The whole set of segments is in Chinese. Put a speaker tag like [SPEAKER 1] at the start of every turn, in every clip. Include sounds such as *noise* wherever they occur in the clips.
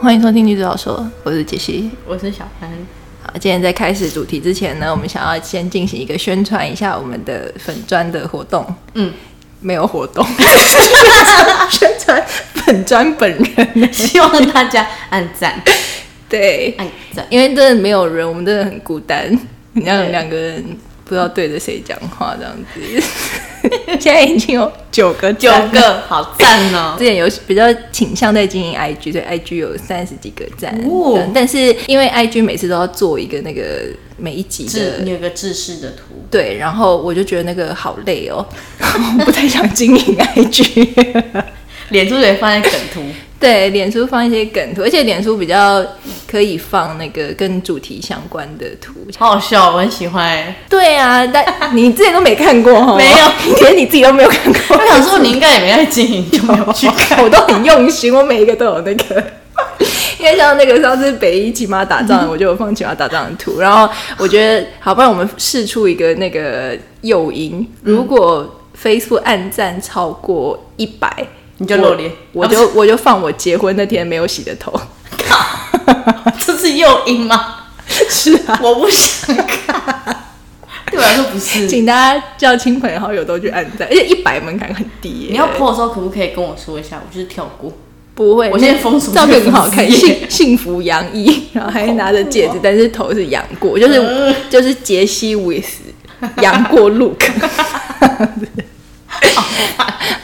[SPEAKER 1] 欢迎收听《女主角说》，我是杰西。
[SPEAKER 2] 我是小潘。 *laughs*
[SPEAKER 1] 好，今天在开始主题之前呢，我们想要先进行一个宣传一下我们的粉砖的活动。
[SPEAKER 2] 嗯，
[SPEAKER 1] 没有活
[SPEAKER 2] *laughs*
[SPEAKER 1] 动，宣传粉砖本
[SPEAKER 2] *laughs*
[SPEAKER 1] 人。
[SPEAKER 2] 希望大家按赞， *laughs*
[SPEAKER 1] 对，
[SPEAKER 2] 按赞。
[SPEAKER 1] 因为真的没有人，我们真的很孤单，你像两个人不知道对着谁讲话这样子。
[SPEAKER 2] *laughs*
[SPEAKER 1] 现在已经有九个
[SPEAKER 2] 九
[SPEAKER 1] 赞了，
[SPEAKER 2] 个 *laughs* 好赞哦！
[SPEAKER 1] 之前有比较倾向在经营 IG，对 IG 有三十几个赞、
[SPEAKER 2] 哦
[SPEAKER 1] 嗯但是因为 IG 每次都要做一个那个每一集
[SPEAKER 2] 制，
[SPEAKER 1] 的。
[SPEAKER 2] 你有个制式的图，
[SPEAKER 1] 对，然后我就觉得那个好累哦， *laughs* 我不太想经营 IG。
[SPEAKER 2] 脸书也放在梗图，
[SPEAKER 1] *laughs* 对，脸书放一些梗图，而且脸书比较可以放那个跟主题相关的图，
[SPEAKER 2] *laughs* 好好笑，我很喜欢欸。
[SPEAKER 1] 对啊，但你之前都没看过哦，
[SPEAKER 2] *laughs* 没有，
[SPEAKER 1] 连 *laughs* 你自己都没有看过。
[SPEAKER 2] 我想说你应该也没在经营，就没有去
[SPEAKER 1] *laughs*
[SPEAKER 2] 看。
[SPEAKER 1] 我都很用心，我每一个都有那个。 *laughs* 因为像那个上次北一骑马打
[SPEAKER 2] 嗯
[SPEAKER 1] 仗，我就有放骑马打仗的图。然后我觉得，好，不然我们试出一个那个诱因，如
[SPEAKER 2] 嗯
[SPEAKER 1] 果 Facebook 暗赞超过一百，
[SPEAKER 2] 你就露脸哦
[SPEAKER 1] 我我就我就放我结婚那天没有洗的头。 *laughs*
[SPEAKER 2] 这是诱因 *laughs* 吗？
[SPEAKER 1] 是啊，
[SPEAKER 2] 我不想看。对我来说不是。 *laughs*
[SPEAKER 1] 请大家叫亲朋好友都去暗赞，而且一百门槛很低耶、
[SPEAKER 2] 你要 po 的时候可不可以跟我说一下？我就是跳 *laughs* 过。
[SPEAKER 1] 不会，
[SPEAKER 2] 我现在封锁
[SPEAKER 1] 照片很好看，
[SPEAKER 2] 这个粉丝
[SPEAKER 1] 幸幸福洋溢，然后还拿着戒
[SPEAKER 2] 好酷
[SPEAKER 1] 指
[SPEAKER 2] 哦，
[SPEAKER 1] 但是头是杨过，
[SPEAKER 2] *laughs*
[SPEAKER 1] 就是、就是杰西 with 杨过 look，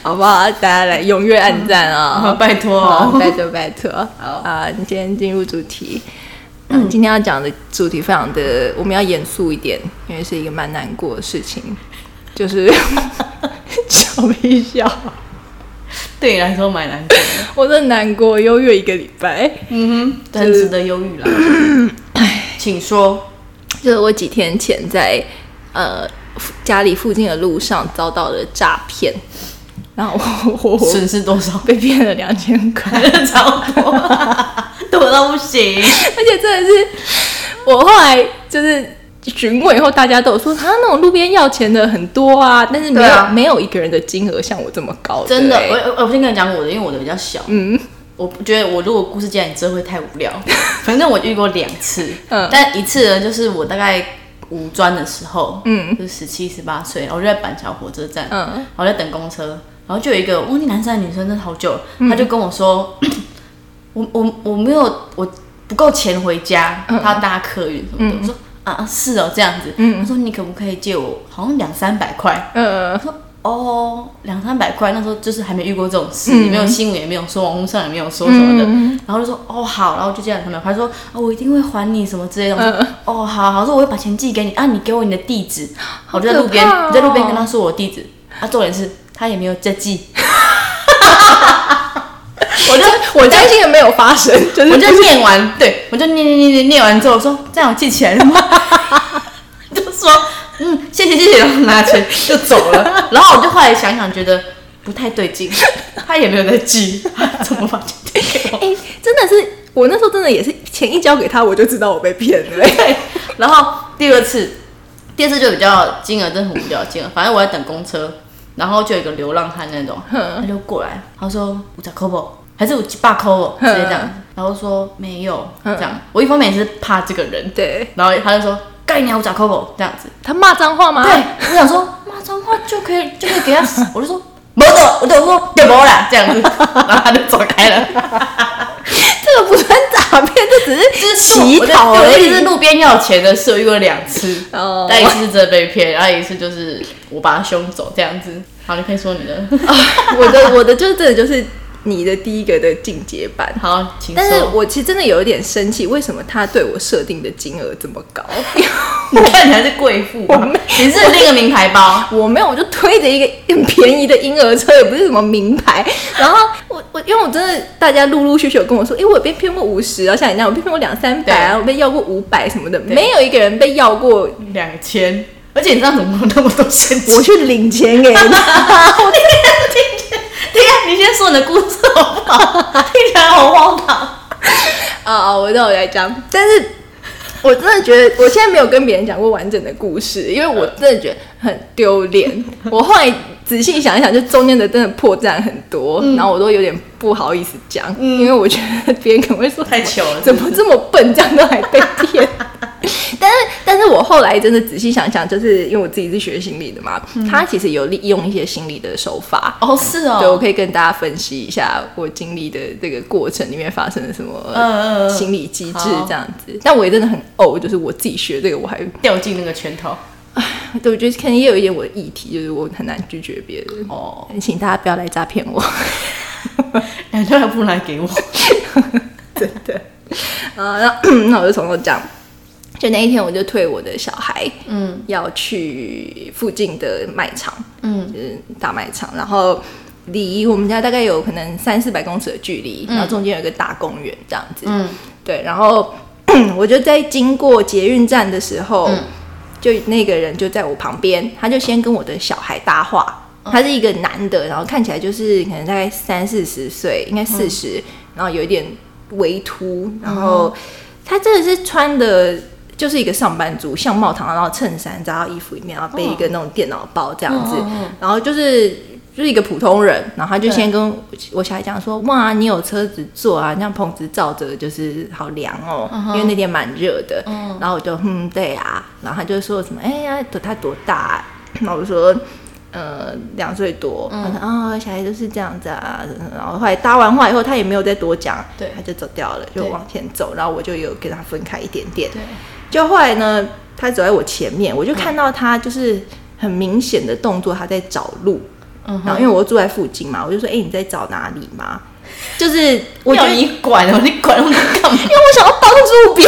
[SPEAKER 1] 好不好？大家来踊跃按赞
[SPEAKER 2] 啊，
[SPEAKER 1] 啊！
[SPEAKER 2] 拜托
[SPEAKER 1] 好，
[SPEAKER 2] 哦。
[SPEAKER 1] 拜托拜托，
[SPEAKER 2] 好
[SPEAKER 1] 啊！你今天进入主题。嗯，今天要讲的主题非常的，我们要严肃一点，因为是一个蛮难过的事情，就是 *laughs* 笑一笑，
[SPEAKER 2] 对你来说蛮难过的，
[SPEAKER 1] 我真的难过，忧郁一个礼拜。
[SPEAKER 2] 嗯哼，很值得忧郁 *clears throat* 啦。请说。
[SPEAKER 1] 就是我几天前在呃附家里附近的路上遭到了诈骗，然后我我我
[SPEAKER 2] 损失多少？
[SPEAKER 1] *laughs* 被骗了两千块， *laughs*
[SPEAKER 2] *laughs* 超多，多到不行。
[SPEAKER 1] 而且真的是我后来就是。询问以后，大家都有说，他、那种路边要钱的很多啊，但是没
[SPEAKER 2] 对
[SPEAKER 1] 有、
[SPEAKER 2] 啊
[SPEAKER 1] 没有一个人的金额像我这么高
[SPEAKER 2] 真的，
[SPEAKER 1] 欸
[SPEAKER 2] 我我我先跟你讲我的，因为我的比较小。嗯，我觉得我如果故事讲你这会太无聊。反正我遇过两次，
[SPEAKER 1] 嗯
[SPEAKER 2] 但一次呢，就是我大概五专的时候，嗯，就是十七十八岁，然后我就在板桥火车站，
[SPEAKER 1] 嗯
[SPEAKER 2] 然后在等公车，然后就有一个我忘记男生还是女生，真的好久了，他就跟我说，我我我没有我不够钱回家，他要搭客运什么的，我说。啊，是哦，这样子。他说你可不可以借我，好像两三百块。
[SPEAKER 1] 呃，
[SPEAKER 2] 我说哦，两三百块，那时候就是还没遇过这种事，
[SPEAKER 1] 嗯
[SPEAKER 2] 没有新闻也没有说，网络上也没有说什么的，然后就说哦好，然后就这样两三百块，他说、哦、我一定会还你什么之类的，我
[SPEAKER 1] 嗯
[SPEAKER 2] 说哦好好，说我会把钱寄给你啊，你给我你的地址，我就在路边、
[SPEAKER 1] 可怕哦
[SPEAKER 2] 我在路边跟他说我地址，啊重点是他也没有再
[SPEAKER 1] *laughs*
[SPEAKER 2] 寄，
[SPEAKER 1] 我就 *laughs* 我担心也没有发生，就是
[SPEAKER 2] *laughs* 我就念完，对我就念念念念念完之后，我说这样我寄起来了吗？ *laughs* 就说嗯，谢谢谢谢，然后拿钱就走 *laughs* 了。然后我就后来想想，觉得不太对劲，他也没有在寄， *laughs* 怎么把钱寄给我？
[SPEAKER 1] 哎、真的是我那时候真的也是钱一交给他，我就知道我被骗了、欸
[SPEAKER 2] 对，然后第二次，第二次就比较金额真的很无聊的金额，反正我在等公车，然后就有一个流浪汉那种，他就过来，他说五十扣不，还是五七八扣不，直接这样，然后说没有这样，我一方面也是怕这个
[SPEAKER 1] *laughs*
[SPEAKER 2] 人，
[SPEAKER 1] 对
[SPEAKER 2] 然后他就说盖你啊五十扣不这样子，
[SPEAKER 1] 他骂脏话吗？
[SPEAKER 2] 对，我想说骂脏话就可以就可以给他， *laughs* 我就说。没的，我就说对没啦，这样 *laughs* 子，然后他就走开了。
[SPEAKER 1] 这个不算诈骗，这只
[SPEAKER 2] 就是是
[SPEAKER 1] 乞
[SPEAKER 2] 我
[SPEAKER 1] 讨
[SPEAKER 2] 我
[SPEAKER 1] 而
[SPEAKER 2] 的意
[SPEAKER 1] 已
[SPEAKER 2] 思。
[SPEAKER 1] *laughs*
[SPEAKER 2] 是路边要钱的事，我遇过两次。
[SPEAKER 1] 哦
[SPEAKER 2] 但一次是真的被骗，然后一次就是我把他凶走这样子。好，你可以说你的。
[SPEAKER 1] 我的我的就是真的就是你的第一个的进阶版。
[SPEAKER 2] *laughs* 好，请
[SPEAKER 1] 但是
[SPEAKER 2] 说。
[SPEAKER 1] 我其实真的有一点生气，为什么他对我设定的金额这么高？因为
[SPEAKER 2] 你看你还是贵妇吧，你是那个名牌包，
[SPEAKER 1] 我没有，我就推着一个很便宜的婴儿车，也不是什么名牌。然后我我因为我真的大家陆陆续续有跟我说，哎、我也被骗过五十啊，像你那样，我被骗过两三百啊，我被要过五百什么的，没有一个人被要过
[SPEAKER 2] 两千，而且你知道怎么那么多现金？
[SPEAKER 1] 我去领钱给他。
[SPEAKER 2] 对呀，你先说你的故事好不好？听起来好荒唐。
[SPEAKER 1] 啊
[SPEAKER 2] *laughs*
[SPEAKER 1] 啊、我知道我在讲，但是我真的觉得，我现在没有跟别人讲过完整的故事，因为我
[SPEAKER 2] 嗯
[SPEAKER 1] 真的觉得很丢脸。我后来仔细想一想，就中间的真的破绽很多，
[SPEAKER 2] 嗯
[SPEAKER 1] 然后我都有点不好意思讲，因为我觉得别人可能会说
[SPEAKER 2] 太糗了
[SPEAKER 1] 怎么这么笨，这样都还被
[SPEAKER 2] *laughs*
[SPEAKER 1] 骗。但是，但是我后来真的仔细想想，就是因为我自己是学心理的嘛，他其实有利用一些心理的手法，
[SPEAKER 2] 哦，是
[SPEAKER 1] 对，我
[SPEAKER 2] 嗯哦，
[SPEAKER 1] 可以跟大家分析一下我经历的这个过程里面发生了什
[SPEAKER 2] 嗯嗯
[SPEAKER 1] 么
[SPEAKER 2] 嗯
[SPEAKER 1] 心理机制
[SPEAKER 2] 好
[SPEAKER 1] 这样子。但我也真的很呕，就是我自己学这个， *laughs* 我还
[SPEAKER 2] 掉进那个圈套。
[SPEAKER 1] 对我觉得可能也有一点我的议题，就是我很难拒绝别人。
[SPEAKER 2] 哦，
[SPEAKER 1] 请大家不要来诈骗我，
[SPEAKER 2] 两张还不如来给我。
[SPEAKER 1] 真的。啊，那 *clears throat* 那我就从头讲。就那一天，我就推我的小孩，
[SPEAKER 2] 嗯，
[SPEAKER 1] 要去附近的卖场，
[SPEAKER 2] 嗯，
[SPEAKER 1] 就是大卖场，然后离我们家大概有可能三四百公尺的距离，然后中间有一个大公园这样子，
[SPEAKER 2] 嗯，
[SPEAKER 1] 对，然后 *clears throat* 我就在经过捷运站的时候，
[SPEAKER 2] 嗯
[SPEAKER 1] 就那个人就在我旁边，他就先跟我的小孩搭话。
[SPEAKER 2] 嗯
[SPEAKER 1] 他是一个男的，然后看起来就是可能大概三四十岁，应该四十、
[SPEAKER 2] 嗯
[SPEAKER 1] 然后有一点微秃，然后他真的是穿的就是一个上班族，相貌堂堂，然后衬衫扎到衣服里面，然后背一个那种电脑包这样子，
[SPEAKER 2] 嗯嗯
[SPEAKER 1] 然后就是就是一个普通人，然后他就先跟我我小孩讲说，哇，你有车子坐啊，像棚子照着就是好凉哦，因为那天蛮热的，然后我就嗯对啊，然后他就说什么，哎呀，他多大、啊？然后我说。呃，两岁多，他说哦，小孩就是这样子啊。然后后来搭完话以后，他也没有再多讲，
[SPEAKER 2] 对
[SPEAKER 1] 他就走掉了，就
[SPEAKER 2] 对
[SPEAKER 1] 往前走。然后我就有跟他分开一点点，
[SPEAKER 2] 对，嗯
[SPEAKER 1] 就后来呢，他走在我前面，我就看到他就是很明显的动作，他在找路。
[SPEAKER 2] 嗯
[SPEAKER 1] 然后因为我住在附近嘛，我就说：“哎、你在找哪里吗？”就是我
[SPEAKER 2] 我
[SPEAKER 1] 觉
[SPEAKER 2] 要
[SPEAKER 1] 得，因为
[SPEAKER 2] 你管哦，你管我干嘛？
[SPEAKER 1] 我想要帮助别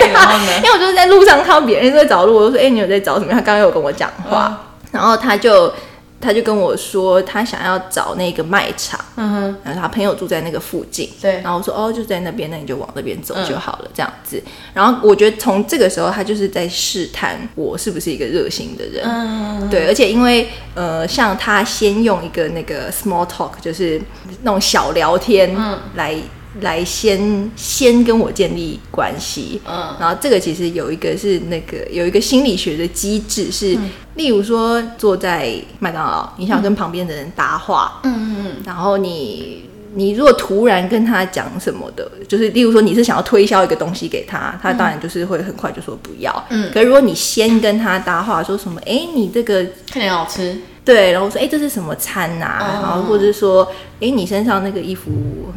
[SPEAKER 1] 人啊
[SPEAKER 2] OK，然后呢
[SPEAKER 1] *laughs* 因为我就是在路上看到别人在找路，我就说：“哎、你有在找什么？”他刚刚有跟我讲话，
[SPEAKER 2] 嗯
[SPEAKER 1] 然后他就他就跟我说他想要找那个卖场，
[SPEAKER 2] 嗯哼，
[SPEAKER 1] 然后他朋友住在那个附近，
[SPEAKER 2] 对
[SPEAKER 1] 然后我说哦，就在那边，那你就往那边走就好了，这样子。然后我觉得从这个时候，他就是在试探我是不是一个热心的人，
[SPEAKER 2] 嗯，
[SPEAKER 1] 对。而且因为呃，像他先用一个那个 small talk，就是那种小聊天，
[SPEAKER 2] 嗯，
[SPEAKER 1] 来来先先跟我建立关系，
[SPEAKER 2] 嗯
[SPEAKER 1] 然后这个其实有一个是那个有一个心理学的机制是，
[SPEAKER 2] 嗯
[SPEAKER 1] 例如说坐在麦当劳，你想跟旁边的人搭话，
[SPEAKER 2] 嗯嗯
[SPEAKER 1] 然后你你如果突然跟他讲什么的，就是例如说你是想要推销一个东西给他，他当然就是会很快就说不要。
[SPEAKER 2] 嗯
[SPEAKER 1] 可如果你先跟他搭话，说什么哎你这个
[SPEAKER 2] 嗯，看起来好吃。
[SPEAKER 1] 对，然后说哎这是什么餐呐、啊
[SPEAKER 2] 哦
[SPEAKER 1] 然后或者是说哎你身上那个衣服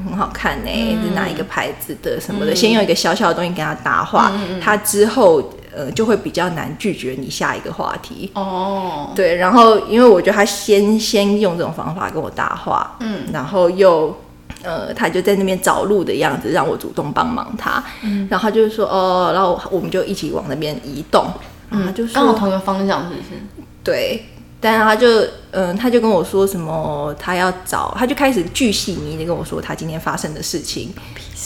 [SPEAKER 1] 很好看呢、
[SPEAKER 2] 嗯
[SPEAKER 1] 是哪一个牌子的什么的，先用一个小小的东西跟他搭话，
[SPEAKER 2] 嗯
[SPEAKER 1] 他之后呃就会比较难拒绝你下一个话题。
[SPEAKER 2] 哦，
[SPEAKER 1] 对，然后因为我觉得他先先用这种方法跟我搭话，
[SPEAKER 2] 嗯，
[SPEAKER 1] 然后又呃，他就在那边找路的样子，让我主动帮忙他，嗯，然后他就说哦，然后我们就一起往那边移动，嗯，他就
[SPEAKER 2] 刚好
[SPEAKER 1] 说
[SPEAKER 2] 同一个方向，是不是？
[SPEAKER 1] 对，但是他就嗯、他就跟我说什么，他要找，他就开始巨细靡的跟我说他今天发生的事情，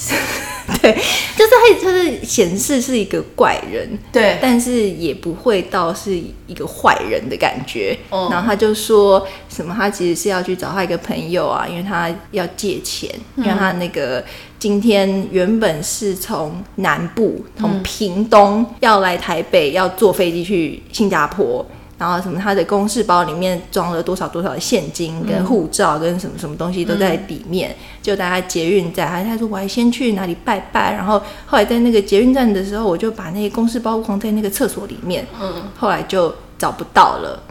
[SPEAKER 1] *laughs* 对，就是他就是显示是一个怪人，
[SPEAKER 2] 对，
[SPEAKER 1] 但是也不会到是一个坏人的感觉。
[SPEAKER 2] 哦
[SPEAKER 1] 然后他就说什么，他其实是要去找他一个朋友啊，因为他要借钱，因为他那个今天原本是从南部从屏东要来台北，要坐飞机去新加坡。然后什么，他的公事包里面装了多少多少的现金、跟护照、跟什么什么东西都在里面。就大家捷运站，他他说我还先去哪里拜拜，然后后来在那个捷运站的时候，我就把那个公事包放在那个厕所里面，
[SPEAKER 2] 嗯，
[SPEAKER 1] 后来就找不到
[SPEAKER 2] *laughs*
[SPEAKER 1] 了。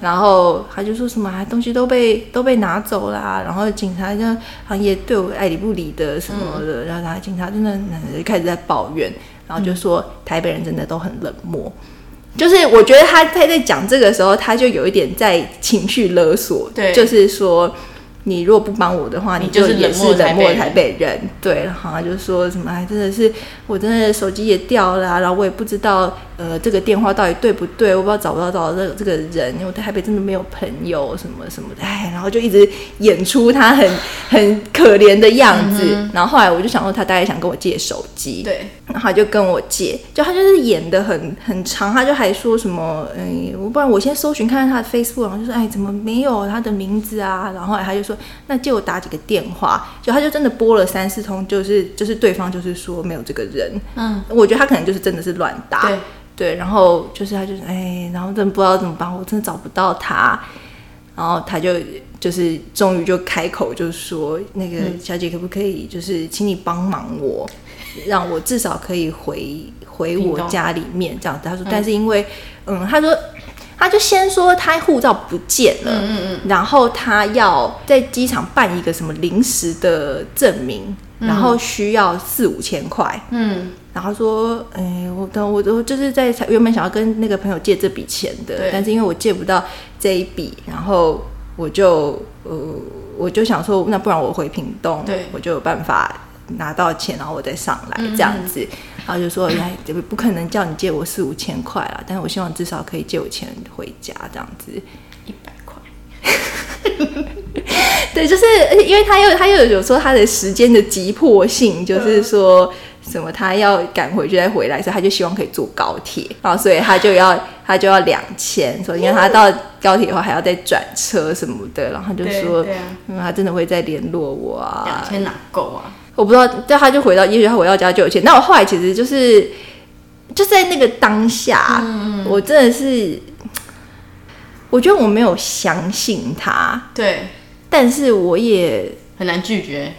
[SPEAKER 1] 然后他就说什么、啊、东西都被都被拿走啦，然后警察就好像也对我爱理不理的什么
[SPEAKER 2] 嗯
[SPEAKER 1] 的，然后他警察真的就开始在抱怨，然后就说、台北人真的都很冷漠。就是我觉得他他在讲这个时候，他就有一点在情绪勒索，
[SPEAKER 2] 对
[SPEAKER 1] 就是说你如果不帮我的话，
[SPEAKER 2] 你
[SPEAKER 1] 就
[SPEAKER 2] 就是
[SPEAKER 1] 也
[SPEAKER 2] 冷
[SPEAKER 1] 是
[SPEAKER 2] 漠的
[SPEAKER 1] 冷
[SPEAKER 2] 台
[SPEAKER 1] 漠
[SPEAKER 2] 北
[SPEAKER 1] 的
[SPEAKER 2] 人
[SPEAKER 1] 台北人，对，然后他就说什么，哎，真的是我真的手机也掉了啊、然后我也不知道呃这个电话到底对不对，我不知道找不到到这个这个人，因为我在台北真的没有朋友什么什么的，哎，然后就一直演出他很很可怜的样子，然后后来我就想说他大概想跟我借手机，
[SPEAKER 2] 对，
[SPEAKER 1] 然后他就跟我借，就他就是演的很很长，他就还说什么，嗯，我不然我先搜寻看看他的 Facebook，然后就说，哎，怎么没有他的名字啊？然后后来他就说，那借我打几个电话，就他就真的拨了三四通，就是就是对方就是说没有这个人，
[SPEAKER 2] 嗯，
[SPEAKER 1] 我觉得他可能就是真的是乱打，
[SPEAKER 2] 对
[SPEAKER 1] 对，然后就是他就是哎，然后真的不知道怎么办，我真的找不到他，然后他就就是终于就开口就说，那个小姐可不可以就是请你帮忙我，让我至少可以回回我
[SPEAKER 2] 屏东
[SPEAKER 1] 家里面这样子。他说，但是因为嗯，他说。他就先说他护照不见了，嗯嗯然后他要在机场办一个什么临时的证明，然后需要四五千块，
[SPEAKER 2] 嗯，
[SPEAKER 1] 然后说，哎、我等我我就是在原本想要跟那个朋友借这笔钱的
[SPEAKER 2] 对，
[SPEAKER 1] 但是因为我借不到这一笔，然后我就呃我就想说，那不然我回屏东，
[SPEAKER 2] 对嗯
[SPEAKER 1] 我就有办法拿到钱，然后我再上来这样子。然后就说，哎，不可能叫你借我四五千块啦，但是我希望至少可以借我钱回家这样子。
[SPEAKER 2] 一百块，
[SPEAKER 1] 对，就是而且因为他又他又有说他的时间的急迫性，
[SPEAKER 2] 嗯
[SPEAKER 1] 就是说什么他要赶回去再回来，所以他就希望可以坐高铁，然后所以他就要他就要两千，说因为他到高铁以后还要再转车什么的，然后他就
[SPEAKER 2] 对
[SPEAKER 1] 说，
[SPEAKER 2] 对啊
[SPEAKER 1] 嗯，他真的会再联络我
[SPEAKER 2] 两
[SPEAKER 1] 啊，
[SPEAKER 2] 千哪够啊？
[SPEAKER 1] 我不知道，但他就回到，也许他回到家就有钱，那我后来其实就是就在那个当下，
[SPEAKER 2] 嗯
[SPEAKER 1] 我真的是，我觉得我没有相信他。
[SPEAKER 2] 对，
[SPEAKER 1] 但是我也
[SPEAKER 2] 很难拒绝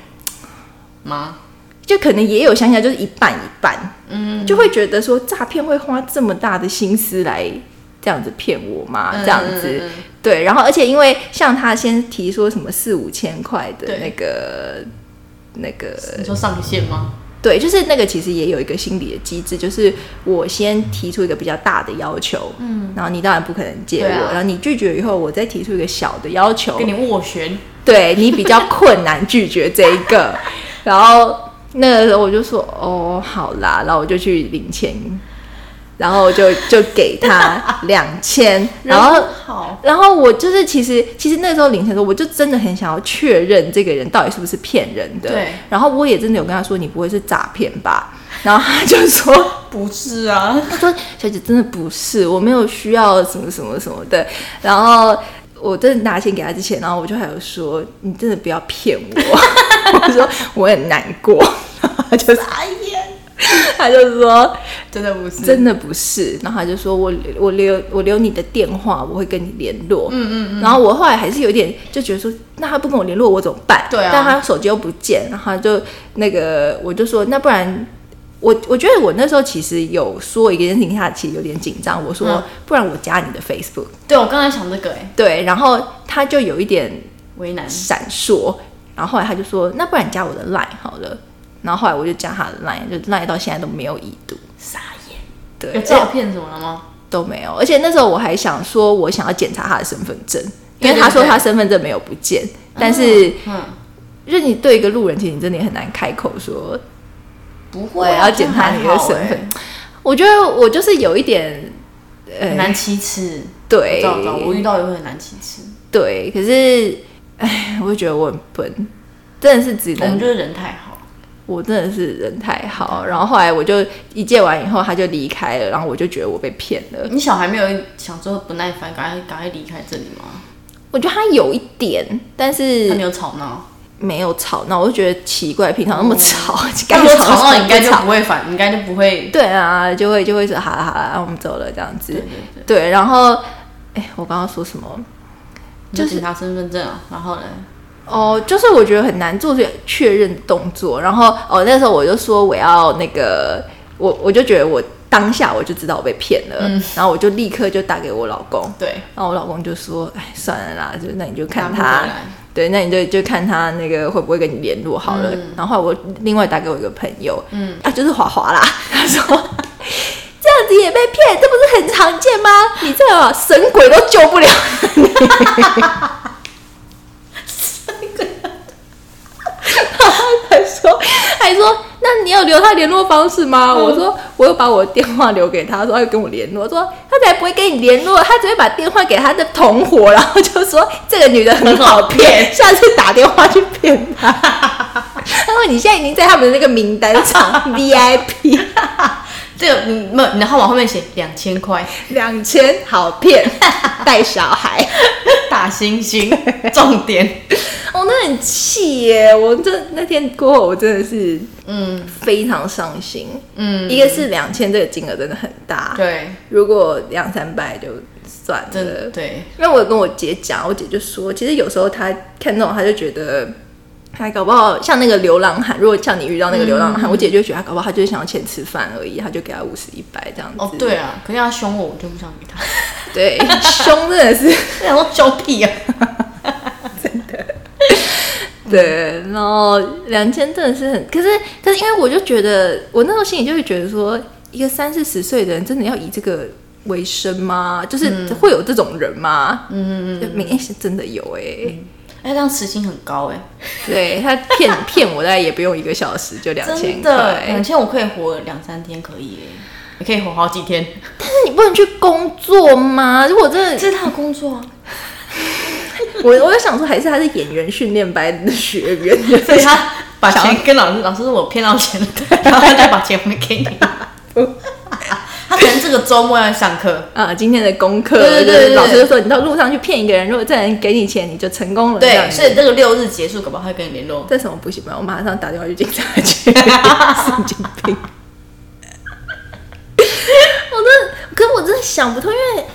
[SPEAKER 2] 吗？
[SPEAKER 1] 就可能也有想想，就是一半一半，嗯，就会觉得说诈骗会花这么大的心思来这样子骗我吗？
[SPEAKER 2] 嗯
[SPEAKER 1] 这样子，
[SPEAKER 2] 嗯嗯
[SPEAKER 1] 对，然后而且因为像他先提说什么四五千块的
[SPEAKER 2] 对
[SPEAKER 1] 那个那个，
[SPEAKER 2] 你说上线吗？
[SPEAKER 1] 对，就是那个其实也有一个心理的机制，就是我先提出一个比较大的要求，嗯，然后你当然不可能借
[SPEAKER 2] 对
[SPEAKER 1] 我，
[SPEAKER 2] 啊
[SPEAKER 1] 然后你拒绝以后，我再提出一个小的要求，
[SPEAKER 2] 跟你斡旋，
[SPEAKER 1] 对你比较困难拒绝这一
[SPEAKER 2] *laughs*
[SPEAKER 1] 个。然后那个时候我就说哦，好啦，然后我就去领钱，然后我就就给
[SPEAKER 2] *laughs*
[SPEAKER 1] 他两千，然后。
[SPEAKER 2] 人哦好，
[SPEAKER 1] 然后我就是，其实其实那时候领钱的时候，我就真的很想要确认这个人到底是不是骗人的。
[SPEAKER 2] 对。
[SPEAKER 1] 然后我也真的有跟他说，你不会是诈骗吧？然后他就说，
[SPEAKER 2] 不是啊，
[SPEAKER 1] 他说：“小姐，真的不是，我没有需要什么什么什么的。”然后我真的拿钱给他之前，然后我就还有说：“你真的不要骗我。” *laughs* 我说：“我很难过。” *laughs* 他就
[SPEAKER 2] 傻眼，
[SPEAKER 1] 他就说
[SPEAKER 2] 真的不是，
[SPEAKER 1] 真的不是，然后他就说我我留我留你的电话，我会跟你联络。嗯嗯嗯。然后我后来还是有点就觉得说，那他不跟我联络，我怎么办？
[SPEAKER 2] 对啊
[SPEAKER 1] 但他手机又不见，然后他就那个我就说，那不然我我觉得我那时候其实有说一件事情，他其实有点紧张。我说，
[SPEAKER 2] 嗯
[SPEAKER 1] 不然我加你的 Facebook。
[SPEAKER 2] 对我刚才想这个、哎，
[SPEAKER 1] 对，然后他就有一点
[SPEAKER 2] 为难，
[SPEAKER 1] 闪烁，然后后来他就说，那不然你加我的 Line 好了。然后后来我就加他的 Line，就 Line 到现在都没有已读。
[SPEAKER 2] 傻眼，
[SPEAKER 1] 对，
[SPEAKER 2] 有照片什么了吗？
[SPEAKER 1] 都没有。而且那时候我还想说，我想要检查他的身份证，因
[SPEAKER 2] 对
[SPEAKER 1] 为他说
[SPEAKER 2] 对对
[SPEAKER 1] 他身份证没有不见，但是
[SPEAKER 2] 嗯，
[SPEAKER 1] 就是你对一个路人，其实你真的也很难开口说
[SPEAKER 2] 不会、
[SPEAKER 1] 我
[SPEAKER 2] 啊，
[SPEAKER 1] 要检查你的身份。
[SPEAKER 2] 哎
[SPEAKER 1] 我觉得我就是有一点，
[SPEAKER 2] 很
[SPEAKER 1] 呃，
[SPEAKER 2] 难启齿。
[SPEAKER 1] 对
[SPEAKER 2] 知道知道，我遇到也会很难启齿。
[SPEAKER 1] 对，可是，哎，我就觉得我很笨，真的是只
[SPEAKER 2] 我
[SPEAKER 1] 能
[SPEAKER 2] 们就是人太好，
[SPEAKER 1] 我真的是人太好。然后后来我就一借完以后，他就离开了，然后我就觉得我被骗了。
[SPEAKER 2] 你小孩没有想说不耐烦，赶快赶快离开这里吗？
[SPEAKER 1] 我觉得他有一点，但是
[SPEAKER 2] 他没有吵闹，
[SPEAKER 1] 没有吵闹，我就觉得奇怪，平常那么吵，该
[SPEAKER 2] 他如果
[SPEAKER 1] 吵的时候
[SPEAKER 2] 哦吵闹你应该
[SPEAKER 1] 不
[SPEAKER 2] 就
[SPEAKER 1] 吵。
[SPEAKER 2] 不会烦，你应该就不会。
[SPEAKER 1] 对啊，就会就会说好了好了，啊我们走了这样子。
[SPEAKER 2] 对对对，
[SPEAKER 1] 对，然后哎，我刚刚说什么？
[SPEAKER 2] 就检查身份证啊，然后呢？
[SPEAKER 1] 哦，就是我觉得很难做这个确认动作。然后哦，那时候我就说我要那个，我我就觉得我当下我就知道我被骗了，然后我就立刻就打给我老公，
[SPEAKER 2] 对，
[SPEAKER 1] 然后我老公就说：“哎，算了啦，就那你就看
[SPEAKER 2] 拿
[SPEAKER 1] 他
[SPEAKER 2] 不回来，
[SPEAKER 1] 对，那你就就看他那个会不会跟你联络好了。然后后来我另外打给我一个朋友，嗯，啊，就是华华啦，他说这样子也被骗，这不是很常见吗？你这个神鬼都救不了。然后还说还说，那你有留他联络方式吗？我说我有把我电话留给他，说他要跟我联络，说他才不会跟你联络，他只会把电话给他的同伙，然 *laughs* 后就说这个女的很好骗，下次打电话去骗她。然后后你现在已经在他们的那个名单上 VIP
[SPEAKER 2] 这个嗯没有，你的号码后面写两千块，
[SPEAKER 1] 两千好骗，带小孩。
[SPEAKER 2] 大猩猩，重 *laughs* 点，
[SPEAKER 1] *laughs* 哦，那很气耶！我这那天过后，我真的是
[SPEAKER 2] 嗯
[SPEAKER 1] 非常伤心。
[SPEAKER 2] 嗯，
[SPEAKER 1] 一个是两千这个金额真的很大，
[SPEAKER 2] 对，
[SPEAKER 1] 如果两三百就算
[SPEAKER 2] 真的
[SPEAKER 1] 了。
[SPEAKER 2] 对，
[SPEAKER 1] 因为我有跟我姐讲，我姐就说，其实有时候她看那种，她就觉得。还搞不好像那个流浪汉，如果像你遇到那个流浪汉，
[SPEAKER 2] 嗯
[SPEAKER 1] 我姐就觉得他搞不好他就是想要钱吃饭而已，她就给他五十一百这样子。
[SPEAKER 2] 哦对啊，可是他凶我，我就不想给 *laughs* 他，
[SPEAKER 1] 对，凶真的
[SPEAKER 2] *laughs*
[SPEAKER 1] 是
[SPEAKER 2] 然后凶屁啊，
[SPEAKER 1] 对，然后两千真的是很，可是可是因为我就觉得，我那时候心里就会觉得说，一个三四十岁的人真的要以这个为生吗？就是
[SPEAKER 2] 嗯
[SPEAKER 1] 会有这种人吗？嗯嗯嗯，每天是真的有哎、
[SPEAKER 2] 哎，这样时薪很高哎，
[SPEAKER 1] 对他骗骗我，大概也不用一个小时就两千
[SPEAKER 2] 真的，欸
[SPEAKER 1] 块
[SPEAKER 2] 两，千我可以活两三天可以哎，你可以活好几天，
[SPEAKER 1] 但是你不能去工作吗？如果真的，
[SPEAKER 2] *laughs* 这是他的工作 *laughs* 啊，
[SPEAKER 1] 我我就想说，还是他是演员训练班的学员，
[SPEAKER 2] 所以他啊把钱跟老师，老师说我骗到 *laughs* 钱了，然后他就把钱还给 *laughs* 你。他可能这个周末要上课，
[SPEAKER 1] *laughs* 啊，今天的功课，
[SPEAKER 2] 对对对
[SPEAKER 1] 就是老
[SPEAKER 2] 对
[SPEAKER 1] 师就说你到路上去骗一个人，如果这人给你钱，你就成功了。这样
[SPEAKER 2] *laughs* 对，
[SPEAKER 1] 子
[SPEAKER 2] 所以这个六日结束，搞不好他会跟你联络。
[SPEAKER 1] 这什么补习班？我马上打电话去警察
[SPEAKER 2] *laughs*
[SPEAKER 1] 局，神经病！我真的，可是我真的想不通，因为，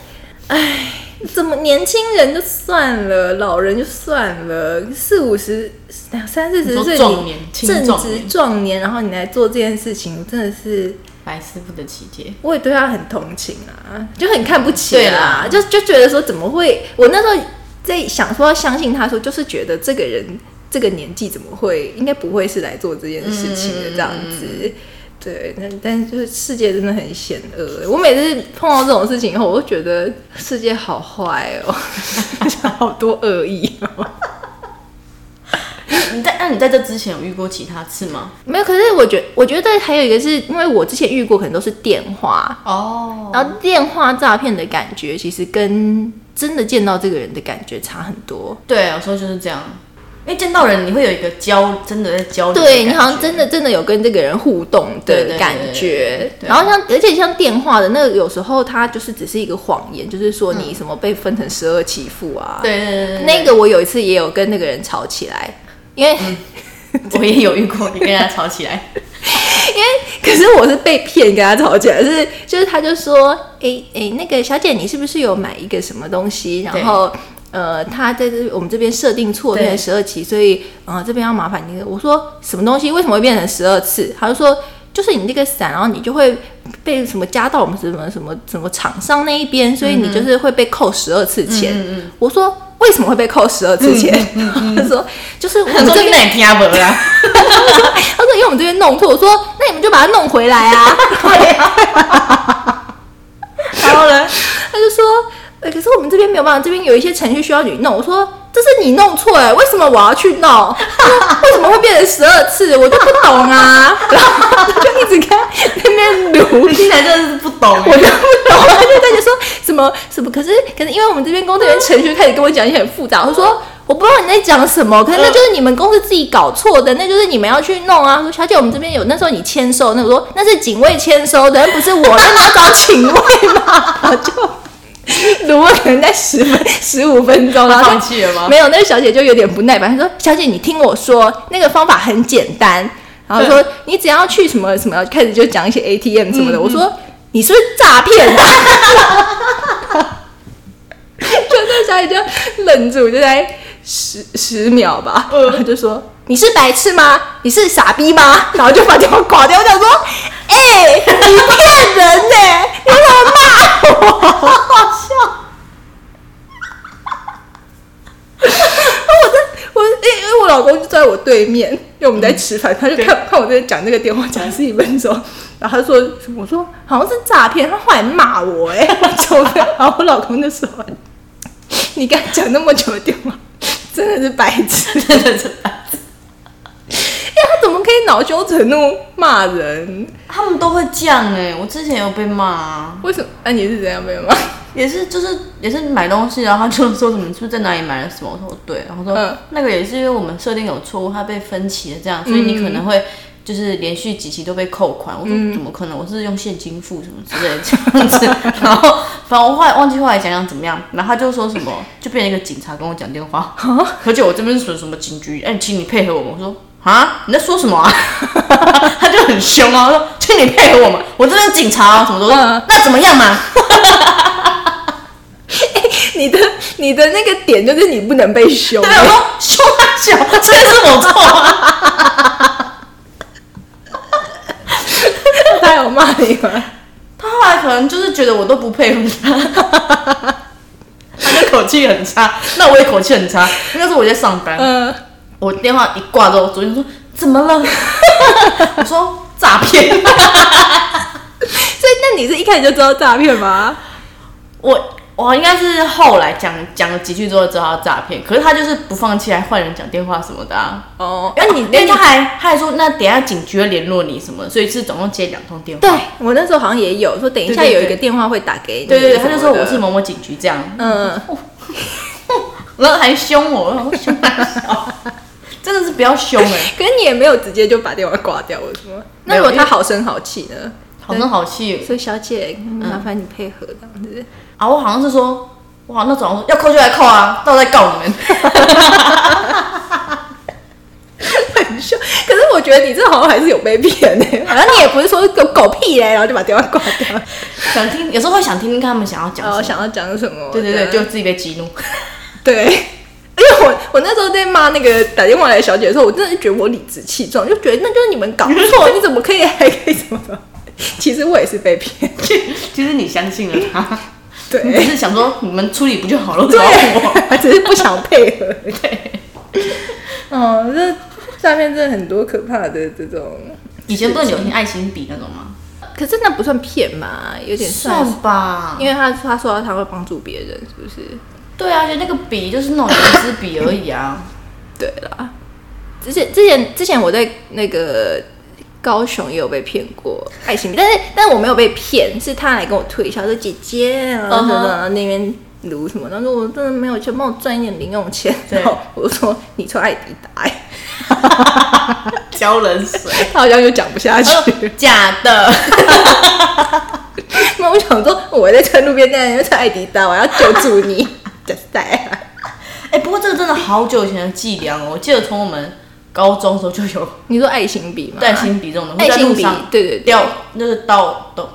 [SPEAKER 1] 唉，怎么年轻人就算了，老人就算了，四五十、两三四十
[SPEAKER 2] 你
[SPEAKER 1] 岁，
[SPEAKER 2] 说壮年
[SPEAKER 1] 你
[SPEAKER 2] 青
[SPEAKER 1] 正
[SPEAKER 2] 壮
[SPEAKER 1] 值
[SPEAKER 2] 年
[SPEAKER 1] 壮年，然后你来做这件事情，真的是。
[SPEAKER 2] 百思不得其解。
[SPEAKER 1] 我也对他很同情啊，就很看不起
[SPEAKER 2] 对
[SPEAKER 1] 啦
[SPEAKER 2] 啦，
[SPEAKER 1] 就就觉得说怎么会？我那时候在想说要相信他说，就是觉得这个人这个年纪怎么会，应该不会是来做这件事情的这样子。对，但但就是世界真的很险恶。我每次碰到这种事情以后，我都觉得世界好坏哦， *laughs* 好多恶意哦。
[SPEAKER 2] 你在那你在这之前有遇过其他次吗？
[SPEAKER 1] 没有，可是我觉我觉得还有一个是因为我之前遇过，可能都是电话，
[SPEAKER 2] 哦，
[SPEAKER 1] 然后电话诈骗的感觉，其实跟真的见到这个人的感觉差很多。
[SPEAKER 2] 对，有时候就是这样，因为见到人你会有一个交，真的在交流的感觉。
[SPEAKER 1] 对你好像真的真的有跟这个人互动
[SPEAKER 2] 对对
[SPEAKER 1] 的
[SPEAKER 2] 对
[SPEAKER 1] 感
[SPEAKER 2] 对
[SPEAKER 1] 觉
[SPEAKER 2] 对，对
[SPEAKER 1] 然后像而且像电话的那个，有时候它就是只是一个谎言，就是说你什么被分成十二期付啊。
[SPEAKER 2] 嗯对对对对对，
[SPEAKER 1] 那个我有一次也有跟那个人吵起来，因为、 *laughs*
[SPEAKER 2] 我也有遇过，你跟人家吵起来，
[SPEAKER 1] 可是我是被骗跟他吵起来，是就是他就说，诶诶，那个小姐，你是不是有买一个什么东西？
[SPEAKER 2] 对
[SPEAKER 1] 然后呃，他在这我们这边设定错，变成
[SPEAKER 2] 对
[SPEAKER 1] 十二期，所以呃这边要麻烦你。我说什么东西为什么会变成十二次？他就说。就是你这个伞，然后你就会被什么加到我们什么什么什么厂商那一边，所以你就是会被扣十二次
[SPEAKER 2] 嗯
[SPEAKER 1] 钱。我说为什么会被扣十二次钱？ *laughs* 他说就是我
[SPEAKER 2] 他
[SPEAKER 1] 们这
[SPEAKER 2] 说
[SPEAKER 1] 边
[SPEAKER 2] 你哪听不啦？
[SPEAKER 1] 他说因为我们这边弄错，我说那你们就把它弄回来啊。
[SPEAKER 2] 然后呢？
[SPEAKER 1] 他就说，呃、可是我们这边没有办法，这边有一些程序需要你弄。我说这是你弄错哎，为什么我要去弄？他说为什么会变成十二次？我就不懂啊。然后就一直跟他在那边撸。
[SPEAKER 2] 听起来真的是不懂
[SPEAKER 1] 我
[SPEAKER 2] 欸。
[SPEAKER 1] 就不懂，他就在那说什么什么，可是可是因为我们这边工作人员程序开始跟我讲一些很复杂，我说我不知道你在讲什么，可是那就是你们公司自己搞错的，那就是你们要去弄啊。他说小姐，我们这边有那时候你签收，那我说那是警卫签收的，不是我，那你要找警卫嘛，我 *laughs* 就。如果可能在十分十五分钟，然后
[SPEAKER 2] 放弃了吗
[SPEAKER 1] 没有，那个小姐就有点不耐烦，她说：“小姐，你听我说，那个方法很简单。”然后说：“你只要去什么什么，开始就讲一些 ATM 什么
[SPEAKER 2] 嗯
[SPEAKER 1] 的。我说：“你是不是诈骗的？”啊 *laughs* 就那小姐就愣住，就在十十秒吧，
[SPEAKER 2] 嗯
[SPEAKER 1] 然后就说：“你是白痴吗？你是傻逼吗？”然后就把电话挂掉。我想说：“哎、你骗人呢、你怎么我因因为我老公就在我对面，因为我们在吃饭，他就看看我在讲那个电话讲十几分钟，然后他说什么？我说好像是诈骗，他后来骂我哎、欸，走了然后我老公就说：“你
[SPEAKER 2] *laughs*
[SPEAKER 1] 刚才讲那么久的电话，真的是白痴。”
[SPEAKER 2] 真的是白痴，
[SPEAKER 1] 哎他怎么可以恼羞成怒骂人？
[SPEAKER 2] 他们都会这样哎、我之前有被骂、啊，
[SPEAKER 1] 为什么？那、你是怎样被骂？ *laughs*
[SPEAKER 2] 也是就是也是买东西，然后他就说什么你是不是在哪里买了什么？我说哦对，然后说、
[SPEAKER 1] 嗯
[SPEAKER 2] 那个也是因为我们设定有错误，它被分期了这样，所以你可能会。就是连续几期都被扣款，我说
[SPEAKER 1] 嗯
[SPEAKER 2] 怎么可能？我是用现金付什么之类的这样子， *laughs* 然后反正我后来忘记后来想想怎么样，然后他就说什么，就变成一个警察跟我讲电话，
[SPEAKER 1] 啊
[SPEAKER 2] 而且我这边是属于什么警局，哎、请你配合我们。我说啊，你在说
[SPEAKER 1] *laughs*
[SPEAKER 2] 什么啊？ *laughs* 他就很凶啊，我说请你配合我们，我这边警察啊，什么都、
[SPEAKER 1] 嗯
[SPEAKER 2] 那怎么样嘛？
[SPEAKER 1] 哎你的你的那个点就是你不能被凶
[SPEAKER 2] 对，，我说凶啊凶， *laughs* 这个是我错啊。
[SPEAKER 1] 他有骂你吗？
[SPEAKER 2] 他后来可能就是觉得我都不配合 *laughs* 他，他的口气很差，那我也口气很差。那时候我在上班，
[SPEAKER 1] 嗯，
[SPEAKER 2] 我电话一挂之后，昨天说怎么了？ *laughs* 我说诈骗。
[SPEAKER 1] 所以那你是一开始就知道诈骗吗？
[SPEAKER 2] 我我应该是后来讲讲了几句之后知道他诈骗，可是他就是不放弃，还换人讲电话什么的啊。
[SPEAKER 1] 哦，
[SPEAKER 2] 然后你，
[SPEAKER 1] 那
[SPEAKER 2] 那
[SPEAKER 1] 你
[SPEAKER 2] 他还他还说，那等一下警局会联络你什么，所以是总共接两通电话。
[SPEAKER 1] 对我那时候好像也有说，等一下
[SPEAKER 2] 对对
[SPEAKER 1] 有
[SPEAKER 2] 对
[SPEAKER 1] 一个电话会打给你，
[SPEAKER 2] 对对对，
[SPEAKER 1] 什么
[SPEAKER 2] 他
[SPEAKER 1] 的
[SPEAKER 2] 就说我是某某警局这样，
[SPEAKER 1] 嗯，
[SPEAKER 2] 然后还凶我，然后凶他小， *laughs* 真的是不要凶 *laughs* 哎、
[SPEAKER 1] *laughs* 可是你也没有直接就把电话挂掉，为什么？那
[SPEAKER 2] 没有
[SPEAKER 1] 如果
[SPEAKER 2] 因
[SPEAKER 1] 他
[SPEAKER 2] 为
[SPEAKER 1] 好声好气呢？嗯
[SPEAKER 2] 好声好气
[SPEAKER 1] 所以小姐，麻烦你配合这样子。 *laughs*
[SPEAKER 2] 啊！我好像是说，哇，那总要扣就来扣啊，到时候再告你们。 *laughs*
[SPEAKER 1] 很凶，可是我觉得你这好像还是有被骗欸的、 *laughs* 好像你也不是说狗狗屁嘞、然后就把电话挂 *laughs* 掉，
[SPEAKER 2] 想听，有时候会想听听看他们哦想要讲
[SPEAKER 1] 然后
[SPEAKER 2] 什么。
[SPEAKER 1] 想要讲什么？
[SPEAKER 2] 对对
[SPEAKER 1] 这
[SPEAKER 2] 对，
[SPEAKER 1] 样
[SPEAKER 2] 就自己被激怒。
[SPEAKER 1] 对， *laughs* 因为我我那时候在骂那个打电话来的小姐的时候，我真的觉得我理直气壮，就觉得那就是你们搞 *laughs* 错，你怎么可以还可以怎么的？其实我也是被骗，
[SPEAKER 2] *laughs* 其实你相信了他，你 *laughs* 只
[SPEAKER 1] 对
[SPEAKER 2] 是想说你们处理不就好了？找我。
[SPEAKER 1] 对，只是不想配合。对， *laughs* 哦，这诈骗真的很多可怕的这种，
[SPEAKER 2] 以前不是流行爱心笔那种吗？
[SPEAKER 1] 可是那不算骗嘛，有点算，
[SPEAKER 2] 算吧，
[SPEAKER 1] 因为他他说他会帮助别人，是不是？
[SPEAKER 2] 对啊，就那个笔就是那种圆珠笔而已 *laughs* 啊。
[SPEAKER 1] 对啦，之前之前之前我在那个高雄也有被骗过爱情，但是但我没有被骗，是他来跟我推销说姐姐啊，然后
[SPEAKER 2] 嗯哼
[SPEAKER 1] 什么然后那边撸什么，他说我真的没有钱，帮我赚一点零用钱。
[SPEAKER 2] 对
[SPEAKER 1] 然后我就说你穿艾迪达、欸，
[SPEAKER 2] 浇冷水，
[SPEAKER 1] 他好像又讲不下去。
[SPEAKER 2] *laughs* 假的。
[SPEAKER 1] 哦那我想说我在穿路边站，你在穿艾迪达，我要救助你，真塞！
[SPEAKER 2] 哎、不过这个真的好久以前的伎俩哦，我记得从我们高中的时候就
[SPEAKER 1] *laughs*
[SPEAKER 2] 有
[SPEAKER 1] 你说爱情笔吗？
[SPEAKER 2] 带心笔这种东西，
[SPEAKER 1] 爱
[SPEAKER 2] 在
[SPEAKER 1] 情
[SPEAKER 2] 路
[SPEAKER 1] 笔
[SPEAKER 2] 上，
[SPEAKER 1] 对对对，
[SPEAKER 2] 掉那个到都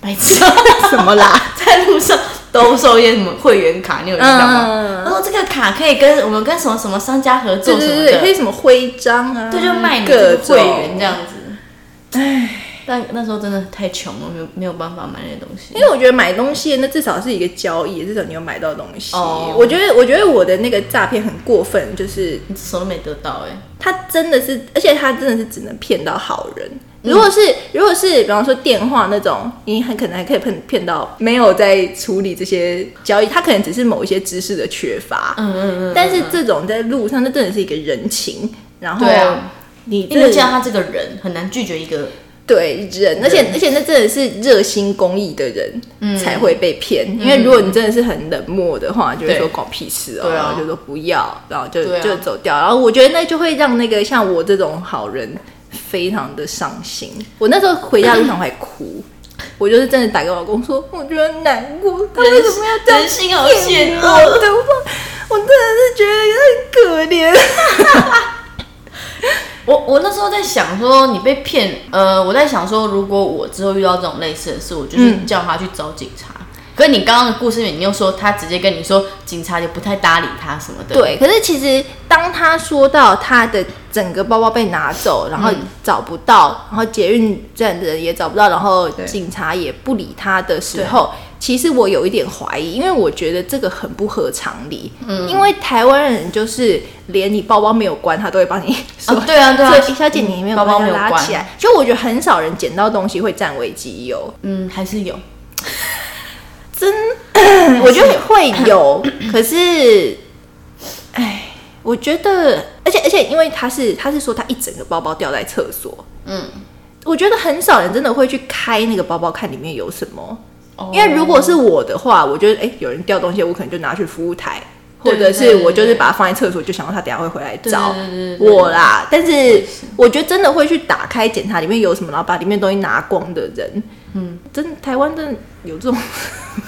[SPEAKER 2] 白痴，
[SPEAKER 1] *laughs*
[SPEAKER 2] 啊
[SPEAKER 1] 什么啦？
[SPEAKER 2] *laughs* 在路上兜售一些什么会员卡，你有印象
[SPEAKER 1] 嗯
[SPEAKER 2] 吗？他说这个卡可以跟我们跟什么什么商家合
[SPEAKER 1] 对
[SPEAKER 2] 作什
[SPEAKER 1] 对
[SPEAKER 2] 么
[SPEAKER 1] 对，
[SPEAKER 2] 的，
[SPEAKER 1] 以什么徽章啊？
[SPEAKER 2] 对，就卖你
[SPEAKER 1] 各
[SPEAKER 2] 这个
[SPEAKER 1] 种
[SPEAKER 2] 会员这样子。唉，但那时候真的太穷了，没有没有办法买那些东西
[SPEAKER 1] 因。为我觉得买东西那至少是一个交易，至少你有买到东西。
[SPEAKER 2] 哦
[SPEAKER 1] 我觉得，我觉得我的那个诈骗很过分，就是
[SPEAKER 2] 你什么都没得到哎、
[SPEAKER 1] 他真的是，而且他真的是只能骗到好人。
[SPEAKER 2] 嗯
[SPEAKER 1] 如果是、如果是比方说电话那种，你很可能还可以骗骗到没有在处理这些交易，他可能只是某一些知识的缺乏。
[SPEAKER 2] 嗯嗯嗯。
[SPEAKER 1] 但是这种在路上，那真的是一个人情。然后
[SPEAKER 2] 对啊
[SPEAKER 1] 你
[SPEAKER 2] 因为
[SPEAKER 1] 这
[SPEAKER 2] 见到他这个人，很难拒绝一个
[SPEAKER 1] 对人，而且而且那真的是热心公益的人、
[SPEAKER 2] 嗯
[SPEAKER 1] 才会被骗，因为如果你真的是很冷漠的话，就会
[SPEAKER 2] 对
[SPEAKER 1] 说关我屁事哦，
[SPEAKER 2] 对啊
[SPEAKER 1] 然后就说不要，然后就、
[SPEAKER 2] 对啊
[SPEAKER 1] 就走掉。然后我觉得那就会让那个像我这种好人非常的伤心。我那时候回家路上还
[SPEAKER 2] *coughs*
[SPEAKER 1] 哭，我就是真的打给我老公说，我觉得很难过，他为什么要这样
[SPEAKER 2] 人心好
[SPEAKER 1] 骗
[SPEAKER 2] 险
[SPEAKER 1] 我？
[SPEAKER 2] 恶。
[SPEAKER 1] 对我我真的是觉得很可怜。
[SPEAKER 2] 我我那时候在想说，你被骗，呃，我在想说，如果我之后遇到这种类似的事，我
[SPEAKER 1] 嗯
[SPEAKER 2] 就是叫他去找警察。可是你刚刚的故事里面，你又说他直接跟你说，警察也不太搭理他什么的。，
[SPEAKER 1] 对，可是其实当他说到他的整个包包被拿走，然后找不到，然后捷运站的人也找不到，然后警察也不理他的时候，其实我有一点怀疑，因为我觉得这个很不合常理。嗯，因为台湾人就是连你包包没有关，他都会帮你说。
[SPEAKER 2] 啊，对啊，对啊
[SPEAKER 1] 所以，小姐，你没有
[SPEAKER 2] 包
[SPEAKER 1] 把
[SPEAKER 2] 包
[SPEAKER 1] 它
[SPEAKER 2] 没有
[SPEAKER 1] 拉
[SPEAKER 2] 关
[SPEAKER 1] 起来，就我觉得很少人捡到东西会占为己有，
[SPEAKER 2] 嗯，还是有。 *laughs*
[SPEAKER 1] 我觉得会有，可是，哎，我觉得，而且且而且因为他是他是说他一整个包包掉在厕所，嗯，我觉得很少人真的会去开那个包包看里面有什么。
[SPEAKER 2] 哦
[SPEAKER 1] 因为如果是我的话，我觉得哎、诶有人掉东西，我可能就拿去服务台，或
[SPEAKER 2] 对
[SPEAKER 1] 者
[SPEAKER 2] 对
[SPEAKER 1] 是
[SPEAKER 2] 对
[SPEAKER 1] 我就是
[SPEAKER 2] 对
[SPEAKER 1] 把它放在厕所，就想到他等一下会回来找
[SPEAKER 2] 对对对对
[SPEAKER 1] 我啦。但是我觉得真的会去打开检查里面有什么，然后把里面东西拿光的人，嗯，真台湾真的有这种
[SPEAKER 2] *laughs*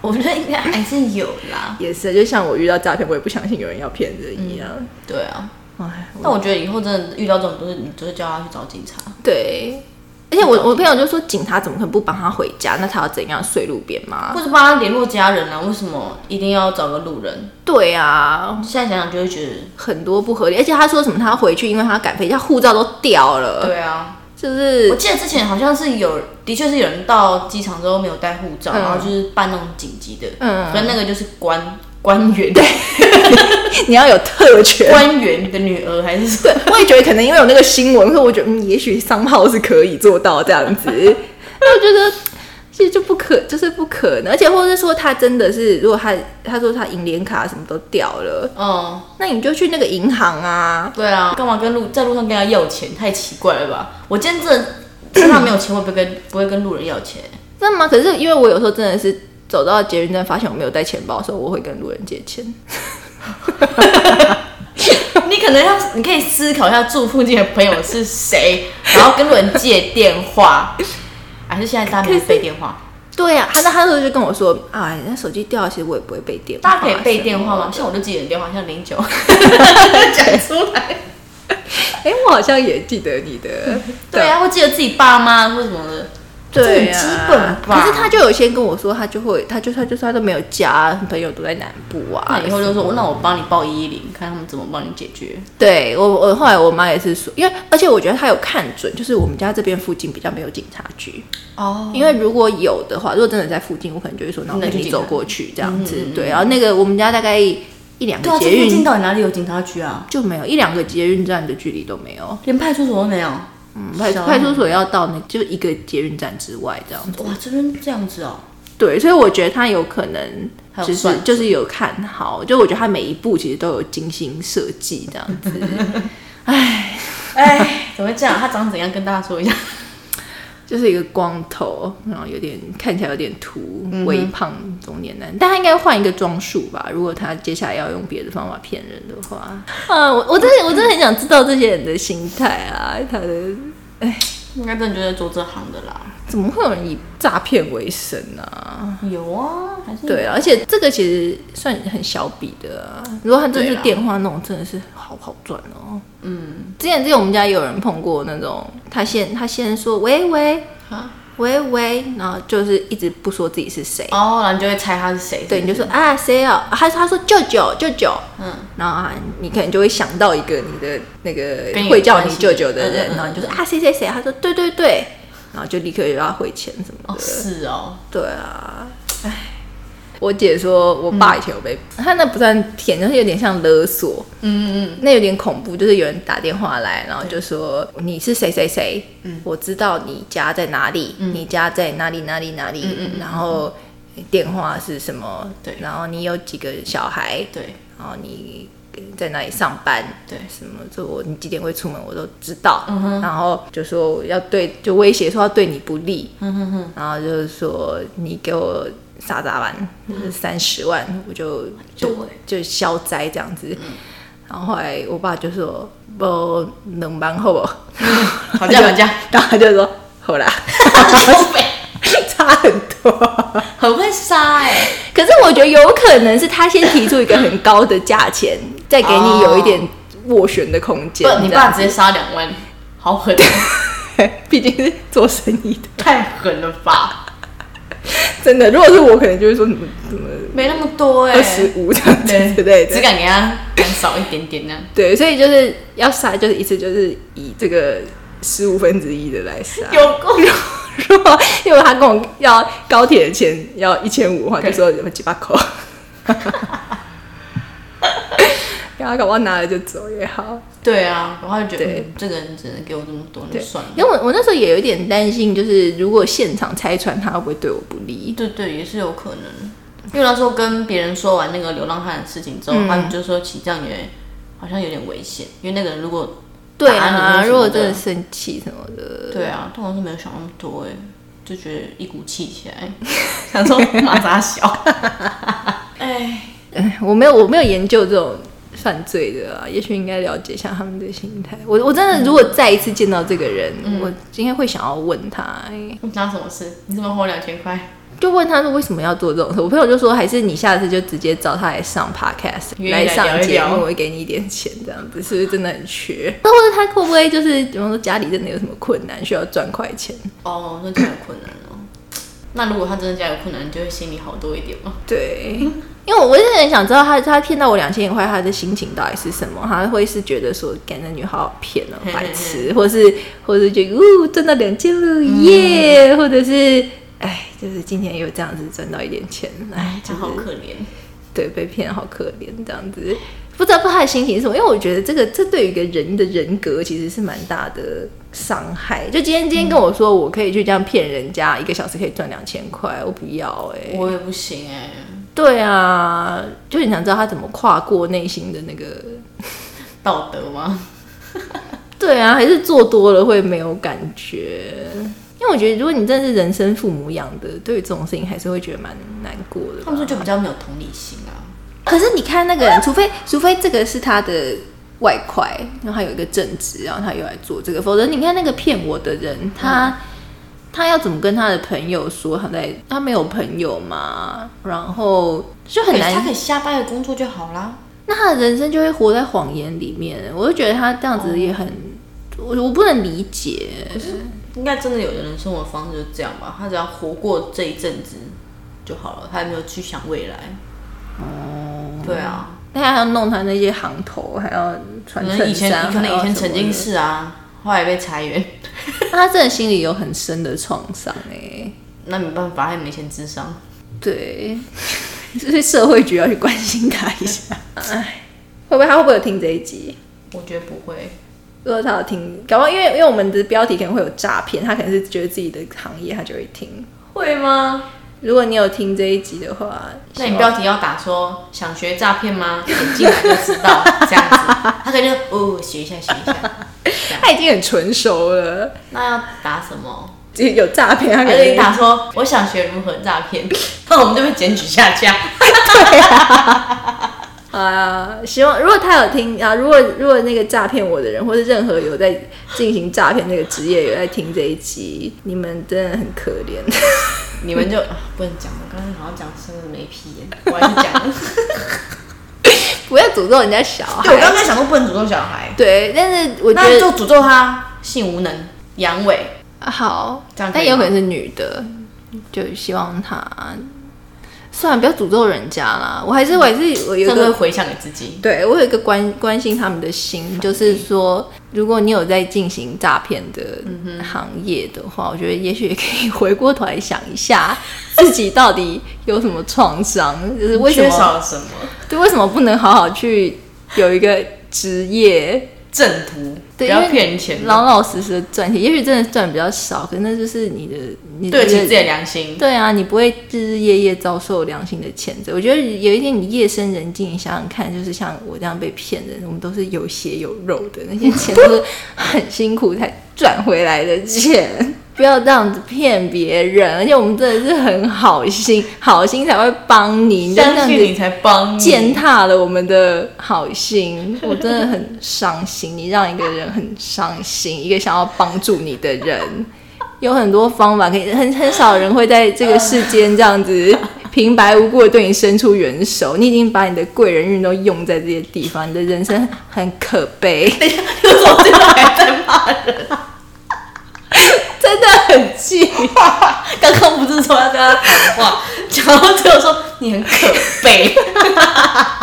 [SPEAKER 2] 我觉得应该还是有啦。
[SPEAKER 1] 也是，就像我遇到诈骗，我也不相信有人要骗人一样。
[SPEAKER 2] 对啊，
[SPEAKER 1] 哎、
[SPEAKER 2] 但我觉得以后真的遇到这种东西，你就是叫他去找警察。
[SPEAKER 1] 对。而且我我朋友就说，警察怎么可能不帮他回家？那他要怎样睡路边吗？
[SPEAKER 2] 或者帮他联络家人啊？为什么一定要找个路人？
[SPEAKER 1] 对啊，
[SPEAKER 2] 现在想想就会觉得，
[SPEAKER 1] 很多不合理。而且他说什么他要回去，因为他赶飞机，他护照都掉了，
[SPEAKER 2] 对啊，
[SPEAKER 1] 就是
[SPEAKER 2] 我记得之前好像是有，的确是有人到机场之后没有带护照，然后就是办那种紧急的，
[SPEAKER 1] 嗯
[SPEAKER 2] 可是那个就是官官员，
[SPEAKER 1] *laughs*
[SPEAKER 2] *laughs*
[SPEAKER 1] 你要有特权。
[SPEAKER 2] 官员的女儿还是什么？
[SPEAKER 1] 对，我也觉得可能因为有那个新闻，所以我觉得嗯，也许商号是可以做到这样子。 *laughs* 那我觉得其实就不可，就是不可能。而且或者说他真的是，如果他他说他银联卡什么都掉了，
[SPEAKER 2] 嗯，
[SPEAKER 1] 那你就去那个银行啊。
[SPEAKER 2] 对啊，干嘛跟路在路上跟他要钱？太奇怪了吧！我今天真的身上没有钱，我也不会跟不会跟路人要钱。 *laughs*
[SPEAKER 1] 真的吗？可是因为我有时候真的是走到捷运站，发现我没有带钱包的时候，我会跟路人借钱。
[SPEAKER 2] 你可能要，你可以思考一下住附近的朋友是谁，然后跟路人借电话，还是现在大家没有备电话？
[SPEAKER 1] 对呀、啊，他那他那时候就跟我说啊，那手机掉了，其实我也不会被电话。
[SPEAKER 2] 大家可以备电话吗？像我就记得电话，像 *laughs* 零九讲出来。
[SPEAKER 1] 哎、我好像也记得你
[SPEAKER 2] *laughs*
[SPEAKER 1] 的，
[SPEAKER 2] 对啊，会记得自己爸妈或什么的。
[SPEAKER 1] 对、啊
[SPEAKER 2] 这很基本吧
[SPEAKER 1] 可是他就有先跟我说，他就会，他就他就说他都没有家，朋友都在南部啊
[SPEAKER 2] 那。以后就说，那我帮你报一一零，看他们怎么帮你解决。
[SPEAKER 1] 对我我后来我妈也是说，因为而且我觉得他有看准，就是我们家这边附近比较没有警察局，
[SPEAKER 2] 哦，
[SPEAKER 1] 因为如果有的话，如果真的在附近，我可能就会说，那我
[SPEAKER 2] 那
[SPEAKER 1] 跟
[SPEAKER 2] 就嗯
[SPEAKER 1] 你
[SPEAKER 2] 警察
[SPEAKER 1] 走过去这样子。对，然后那个我们家大概一两
[SPEAKER 2] 对
[SPEAKER 1] 个
[SPEAKER 2] 啊，这
[SPEAKER 1] 捷
[SPEAKER 2] 附
[SPEAKER 1] 运、
[SPEAKER 2] 近到底哪里有警察局啊？
[SPEAKER 1] 就没有，一两个捷运站的距离都没有。
[SPEAKER 2] 连派出所都没有。
[SPEAKER 1] 嗯派
[SPEAKER 2] 小
[SPEAKER 1] 派出所要到那就一个捷运站之外这样子。
[SPEAKER 2] 哇，这边这样子哦。
[SPEAKER 1] 对，所以我觉得他有可能
[SPEAKER 2] 还有
[SPEAKER 1] 就是
[SPEAKER 2] 算
[SPEAKER 1] 就是有看好，就我觉得他每一步其实都有精心设计这样子。
[SPEAKER 2] 哎，怎么会这样？他长怎样？跟大家说一下。
[SPEAKER 1] 就是一个光头，然后有点看起来有点秃、微胖中年男，但他应该换一个装束吧？如果他接下来要用别的方法骗人的话，啊，我我真的我真的很想知道这些人的心态啊，他的
[SPEAKER 2] *laughs* 应该真的就在做这行的啦。
[SPEAKER 1] 怎么会有人以诈骗为生啊？
[SPEAKER 2] 有啊，还是
[SPEAKER 1] 对，而且这个其实算很小笔的、啊，如果他真
[SPEAKER 2] 对
[SPEAKER 1] 是
[SPEAKER 2] 啦
[SPEAKER 1] 电话那种，真的是好好赚哦。嗯，之前之前我们家也有人碰过那种，他先他先说喂喂
[SPEAKER 2] 啊
[SPEAKER 1] 喂喂，然后就是一直不说自己是谁，
[SPEAKER 2] 哦，然后你就会猜他是谁。
[SPEAKER 1] 对，你就是说啊谁啊，他他说舅舅舅舅，
[SPEAKER 2] 嗯，
[SPEAKER 1] 然后啊你可能就会想到一个你的那
[SPEAKER 2] 跟
[SPEAKER 1] 个
[SPEAKER 2] 你有
[SPEAKER 1] 会叫
[SPEAKER 2] 关
[SPEAKER 1] 你
[SPEAKER 2] 系
[SPEAKER 1] 舅舅的
[SPEAKER 2] 的嗯
[SPEAKER 1] 人，
[SPEAKER 2] 嗯嗯
[SPEAKER 1] 然后你就说啊谁谁谁，他说对对对，然后就立刻就要汇钱什么
[SPEAKER 2] 哦，
[SPEAKER 1] 的。
[SPEAKER 2] 是哦，
[SPEAKER 1] 对啊，唉，我姐说我
[SPEAKER 2] 嗯
[SPEAKER 1] 爸以前有被，他那不算舔，就是有点像勒索，
[SPEAKER 2] 嗯嗯
[SPEAKER 1] 那有点恐怖，就是有人打电话来，然后就说你是谁谁谁，
[SPEAKER 2] 嗯
[SPEAKER 1] 我知道你家在哪里，你家在哪里哪里哪
[SPEAKER 2] 嗯
[SPEAKER 1] 里，然后。欸电话是什么？
[SPEAKER 2] 对
[SPEAKER 1] 然后你有几个小孩
[SPEAKER 2] 嗯，？对
[SPEAKER 1] 然后你在哪里上班？
[SPEAKER 2] 对嗯
[SPEAKER 1] 什么这我你几点会出门我都知道，然后就说要对，就威胁说要对你不利，
[SPEAKER 2] 嗯
[SPEAKER 1] 然后就是说你给我撒杂玩，就是三十万，我就就就消灾这样子。然后后来我爸就说不能帮后 *laughs* 不好，
[SPEAKER 2] 讨价还价，
[SPEAKER 1] *laughs* 然后他就说好啦， *laughs*
[SPEAKER 2] 超北
[SPEAKER 1] 差很多。
[SPEAKER 2] *laughs* 很会杀哎、
[SPEAKER 1] *laughs* 可是我觉得有可能是他先提出一个很高的价钱，再给你有一点斡旋的空间。
[SPEAKER 2] 不，你
[SPEAKER 1] 这样
[SPEAKER 2] 爸直接杀两万，好狠，
[SPEAKER 1] *laughs* 毕竟是做生意的，
[SPEAKER 2] 太狠了吧？
[SPEAKER 1] 真的。如果是我，可能就会说怎么怎么
[SPEAKER 2] 没那么多哎、
[SPEAKER 1] 二十五这
[SPEAKER 2] *laughs*
[SPEAKER 1] 样子之类
[SPEAKER 2] 只
[SPEAKER 1] 的。
[SPEAKER 2] 敢给他敢少一点点呢、
[SPEAKER 1] 对，所以就是要杀，就是一次就是以这个十五分之一的来杀。
[SPEAKER 2] 有够
[SPEAKER 1] *laughs* 如果如果他跟我要高铁的钱要一千五的话，就说什么几把 *laughs* 口，然后搞不好拿了就走也好。
[SPEAKER 2] 对啊，我就觉得
[SPEAKER 1] 对
[SPEAKER 2] 嗯这个人只能给我这么多，那就
[SPEAKER 1] 对
[SPEAKER 2] 算，了。
[SPEAKER 1] 因为我我那时候也有一点担心，就是如果现场拆穿他会不会对我不利？
[SPEAKER 2] 对对，也是有可嗯能。因为那时候跟别人说完那个流浪汉的事情之后，他们就说请教员好像有点危险，因为那个人如果
[SPEAKER 3] 对
[SPEAKER 2] 打你或什么
[SPEAKER 3] 啊，
[SPEAKER 2] 的
[SPEAKER 3] 如果真的生气什么的，
[SPEAKER 2] 对啊，通常是没有想那么多哎，就觉得一股气起来， *laughs* 想说马扎小， *laughs* 哎，
[SPEAKER 1] 哎我没有我没有研究这种犯罪的啊，也许应该了解一下他们的心态。我我真的如果再一次见到这个人，我应该会想要问他、哎
[SPEAKER 2] 拿什么事？你怎么花我两千块？
[SPEAKER 1] 就问他说为什么要做这种事。我朋友就说，还是你下次就直接找他来上 podcast，
[SPEAKER 2] 愿意来
[SPEAKER 1] 上
[SPEAKER 2] 聊一
[SPEAKER 1] 节
[SPEAKER 2] 聊
[SPEAKER 1] 目，我会给你一点钱，这样子是不是真的很缺？那或者他会不会就是，比方说家里真的有什么困难需要赚快钱？
[SPEAKER 2] 哦，那真的有困难哦。那如果他真的家有困难，你就会心里好多一点吗？ *laughs*
[SPEAKER 1] 对，因为我真的很想知道他他骗到我两千块，他的心情到底是什么？他会是觉得说，感那女好好骗哦，白
[SPEAKER 2] *laughs*
[SPEAKER 1] 痴，或是或是觉得呜赚到两千了耶，或者是哎，就是今天又这样子赚到一点钱，哎，就
[SPEAKER 2] 他
[SPEAKER 1] 是
[SPEAKER 2] 好可怜。
[SPEAKER 1] 对被骗好可怜这样子。不知道不知道他的心情是什么，因为我觉得这个这对于一个人的人格其实是蛮大的伤害。就今天今天跟我说我可以去这样骗人家，一个小时可以赚两千块，我不要哎、
[SPEAKER 2] 我也不行哎、
[SPEAKER 1] 对啊，就很想知道他怎么跨过内心的那个。
[SPEAKER 2] 道德吗？
[SPEAKER 1] 对啊，还是做多了会没有感觉。因为我觉得，如果你真的是人生父母养的，对于这种事情还是会觉得蛮难过的
[SPEAKER 2] 他
[SPEAKER 1] 吧。
[SPEAKER 2] 们说就比较没有同理心啊。
[SPEAKER 1] 可是你看那个人，除非除非这个是他的外快，然后他有一个正职，然后他又来做这个，否则你看那个骗我的人，他、
[SPEAKER 2] 嗯
[SPEAKER 1] 他要怎么跟他的朋友说他在他没有朋友嘛？然后就很难
[SPEAKER 2] 他可以下班的工作就好啦。
[SPEAKER 1] 那他的人生就会活在谎言里面。我就觉得他这样子也很，我我不能理解。
[SPEAKER 2] 应该真的有的人生活方式就这样吧，他只要活过这一阵子就好了，他也没有去想未来。哦，对啊，
[SPEAKER 1] 那他还要弄他那些行头，还要
[SPEAKER 2] 可
[SPEAKER 1] 穿
[SPEAKER 2] 能以
[SPEAKER 1] 衬衫，
[SPEAKER 2] 前可能以前曾经
[SPEAKER 1] 是，
[SPEAKER 2] 是啊，后来被裁员，
[SPEAKER 1] 那他真的心里有很深的创伤哎。
[SPEAKER 2] 那没办法，他也没钱智商。
[SPEAKER 1] 对，所以社会局要去关心他一下。哎，会不会他会不会有听这一集？
[SPEAKER 2] 我觉得不会，
[SPEAKER 1] 如果他有听，搞不好因为因为我们的标题可能会有诈骗，他可能是觉得自己的行业，他就会听。
[SPEAKER 2] 会吗？
[SPEAKER 1] 如果你有听这一集的话，
[SPEAKER 2] 那你标题要打说想学诈骗吗？点进来就知道这样子，他肯定哦学一下学一下。
[SPEAKER 1] 他已经很纯熟了。
[SPEAKER 2] 那要打什么？
[SPEAKER 1] 有诈骗，他
[SPEAKER 2] 他
[SPEAKER 1] 肯
[SPEAKER 2] 就
[SPEAKER 1] 定
[SPEAKER 2] 你打说我想学如何诈骗，那我们就被检举下架。
[SPEAKER 1] 啊、希望如果他有听啊，如果如果那个诈骗我的人，或是任何有在进行诈骗这个职业有在听这一集，你们真的很可 *laughs* 怜。
[SPEAKER 2] 你们就、啊不能讲，我刚刚好像讲生日没屁眼，我还是讲了。
[SPEAKER 1] 不要诅咒人家小
[SPEAKER 2] *laughs* 对，我刚
[SPEAKER 1] 孩。
[SPEAKER 2] 刚想说不能诅咒小孩，
[SPEAKER 1] 对，但是我觉
[SPEAKER 2] 那
[SPEAKER 1] 得
[SPEAKER 2] 就诅咒他性无能、阳痿。
[SPEAKER 1] 好
[SPEAKER 2] 这样，可以
[SPEAKER 1] 但也有可能是女的，就希望她算了，不要诅咒人家啦。我还是我还是我有一
[SPEAKER 2] 这会
[SPEAKER 1] 个
[SPEAKER 2] 回想给自己。
[SPEAKER 1] 对我有一个关关心他们的心，就是说，如果你有在进行诈骗的行业的
[SPEAKER 2] 嗯
[SPEAKER 1] 话，我觉得也许也可以回过头来想一下， *laughs* 自己到底有什么创伤，就是为什
[SPEAKER 2] 缺
[SPEAKER 1] 么
[SPEAKER 2] 少了什么？
[SPEAKER 1] 对为什么不能好好去有一个职业，
[SPEAKER 2] 正途，不
[SPEAKER 1] 对
[SPEAKER 2] 要
[SPEAKER 1] 因为
[SPEAKER 2] 骗人钱，
[SPEAKER 1] 老老实实的赚钱，也许真的赚比较少，可是那就是你的你
[SPEAKER 2] 对得起
[SPEAKER 1] 的
[SPEAKER 2] 自己的良心。
[SPEAKER 1] 对啊，你不会日日夜夜遭受良心的谴责。我觉得有一天你夜深人静，你想想看，就是像我这样被骗的人，我们都是有血有肉的，那些钱都是很辛苦才赚回来的钱。 *laughs* 不要这样子骗别人，而且我们真的是很好心，好心才会帮你。你就这
[SPEAKER 2] 相
[SPEAKER 1] 样
[SPEAKER 2] 信你
[SPEAKER 1] 子
[SPEAKER 2] 才帮你
[SPEAKER 1] 践踏了我们的好心，我真的很伤心。你让一个人很伤心，一个想要帮助你的人，有很多方法可以，很很少人会在这个世间这样子平白无故的对你伸出援手。你已经把你的贵人运都用在这些地方，你的人生很可悲，
[SPEAKER 2] 为什么最后还在骂人？啊
[SPEAKER 1] *laughs* 真的很气。
[SPEAKER 2] 刚刚不是说要跟他讲话，讲到最后说你很可 *laughs* 悲，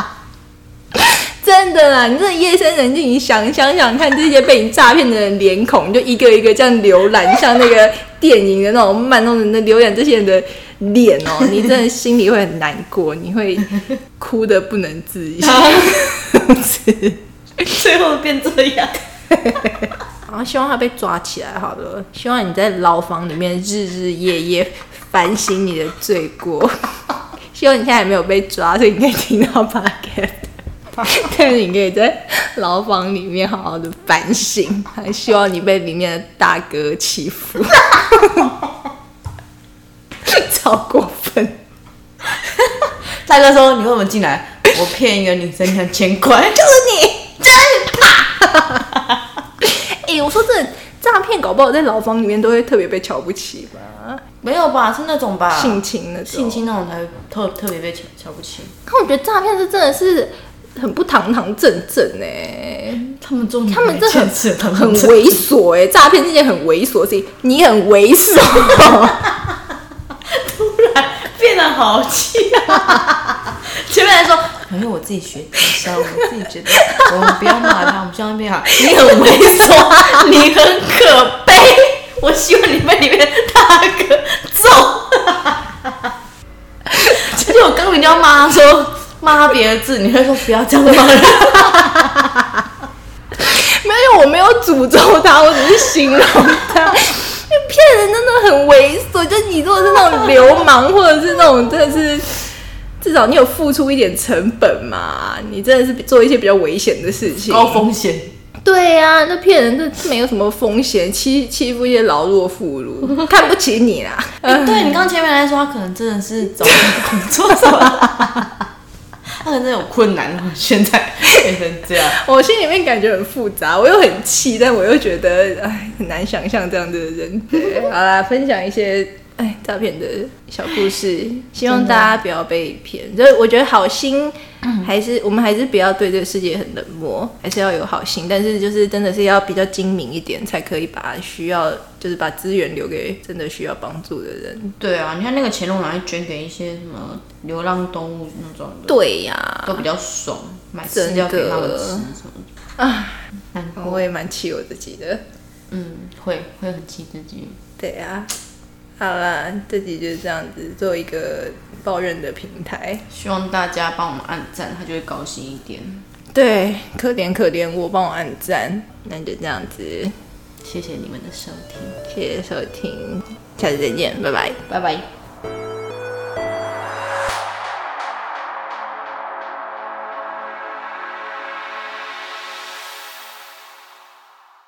[SPEAKER 1] *laughs* 真的啊啦，你这夜深人静，你想想想看，这些被你诈骗的人脸孔，你就一个一个这样浏览，像那个电影的那种慢动作的浏览这些人的脸哦，你真的心里会很难过，你会哭的不能自已。
[SPEAKER 2] 最后变这样。
[SPEAKER 1] 然后希望他被抓起来，好了，希望你在牢房里面日日夜夜反省你的罪过。 *laughs* *laughs* 希望你现在还没有被抓，所以你可以听到 podcast，但是你可以在牢房里面好好的反省，还希望你被里面的大哥欺负， *laughs* 超过分。
[SPEAKER 2] 大哥说：“你为什么进来？我骗一个女生两千块，
[SPEAKER 1] 就是你， *laughs* 真的。哎、我说真的，诈骗搞不好在牢房里面都会特别被瞧不起吧，
[SPEAKER 2] *laughs* 没有吧？是那种吧？
[SPEAKER 1] 性侵那种。
[SPEAKER 2] 性，侵那种才会特特别被瞧瞧不起。
[SPEAKER 1] 可我觉得诈骗是真的是很不堂堂正正哎、
[SPEAKER 2] *laughs* 他们终于
[SPEAKER 1] 他们这
[SPEAKER 2] 见
[SPEAKER 1] 很
[SPEAKER 2] 识了他
[SPEAKER 1] 很
[SPEAKER 2] 们这
[SPEAKER 1] 猥琐哎、诈骗是件很猥琐的事情，你很猥琐，
[SPEAKER 2] 变得好气啊！ *laughs* 前面还说，因为我自己学电商，我自己觉得我们不要骂他，我们希望变好。 *laughs* 你很猥琐， *laughs* 你很可悲，我希望你被里面的大哥揍。 *laughs* 而且我刚明就要骂他说骂他别的字，你会说不要这样 *laughs* 骂人。
[SPEAKER 1] 没有，我没有诅咒他，我只是形容他。因为骗人真的很猥琐，就你如果是那种流氓，或者是那种真的是，至少你有付出一点成本嘛，你真的是做一些比较危险的事情。
[SPEAKER 2] 高风险，
[SPEAKER 1] 对呀、那骗人这没有什么风险，欺欺负一些老弱妇孺， *laughs* 看不起你啦。
[SPEAKER 2] 欸对你刚前面来说，他可能真的是找不到工作什么， *laughs* 他可能真的有困难，然后现在变成这样。
[SPEAKER 1] 我心里面感觉很复杂，我又很气，但我又觉得哎，很难想象这样的人。对好 *laughs* 啦，分享一些哎诈骗的小故事， *laughs* 希望大家不要被骗。就是我觉得好心还是我们还是不要对这个世界很冷漠，还是要有好心，但是就是真的是要比较精明一点，才可以把需要就是把资源留给真的需要帮助的人。
[SPEAKER 2] 对啊，你看那个乾隆拿去捐给一些什么流浪动物那种的，
[SPEAKER 1] 对呀、
[SPEAKER 2] 都比较爽，买
[SPEAKER 1] 真
[SPEAKER 2] 饲料给他们
[SPEAKER 1] 的
[SPEAKER 2] 吃什么的。啊，难
[SPEAKER 1] 我
[SPEAKER 2] 过，
[SPEAKER 1] 也蛮气我自己的。
[SPEAKER 2] 嗯，会会很气自己。
[SPEAKER 1] 对啊，好啦，这集就是这样子，做一个抱怨的平台。
[SPEAKER 2] 希望大家帮我们按赞，他就会高兴一点。
[SPEAKER 1] 对，可怜可怜我，帮我按赞。那就这样子，
[SPEAKER 2] 谢谢你们的收听，
[SPEAKER 1] 谢谢收听，下次再见，拜拜。
[SPEAKER 2] 拜拜。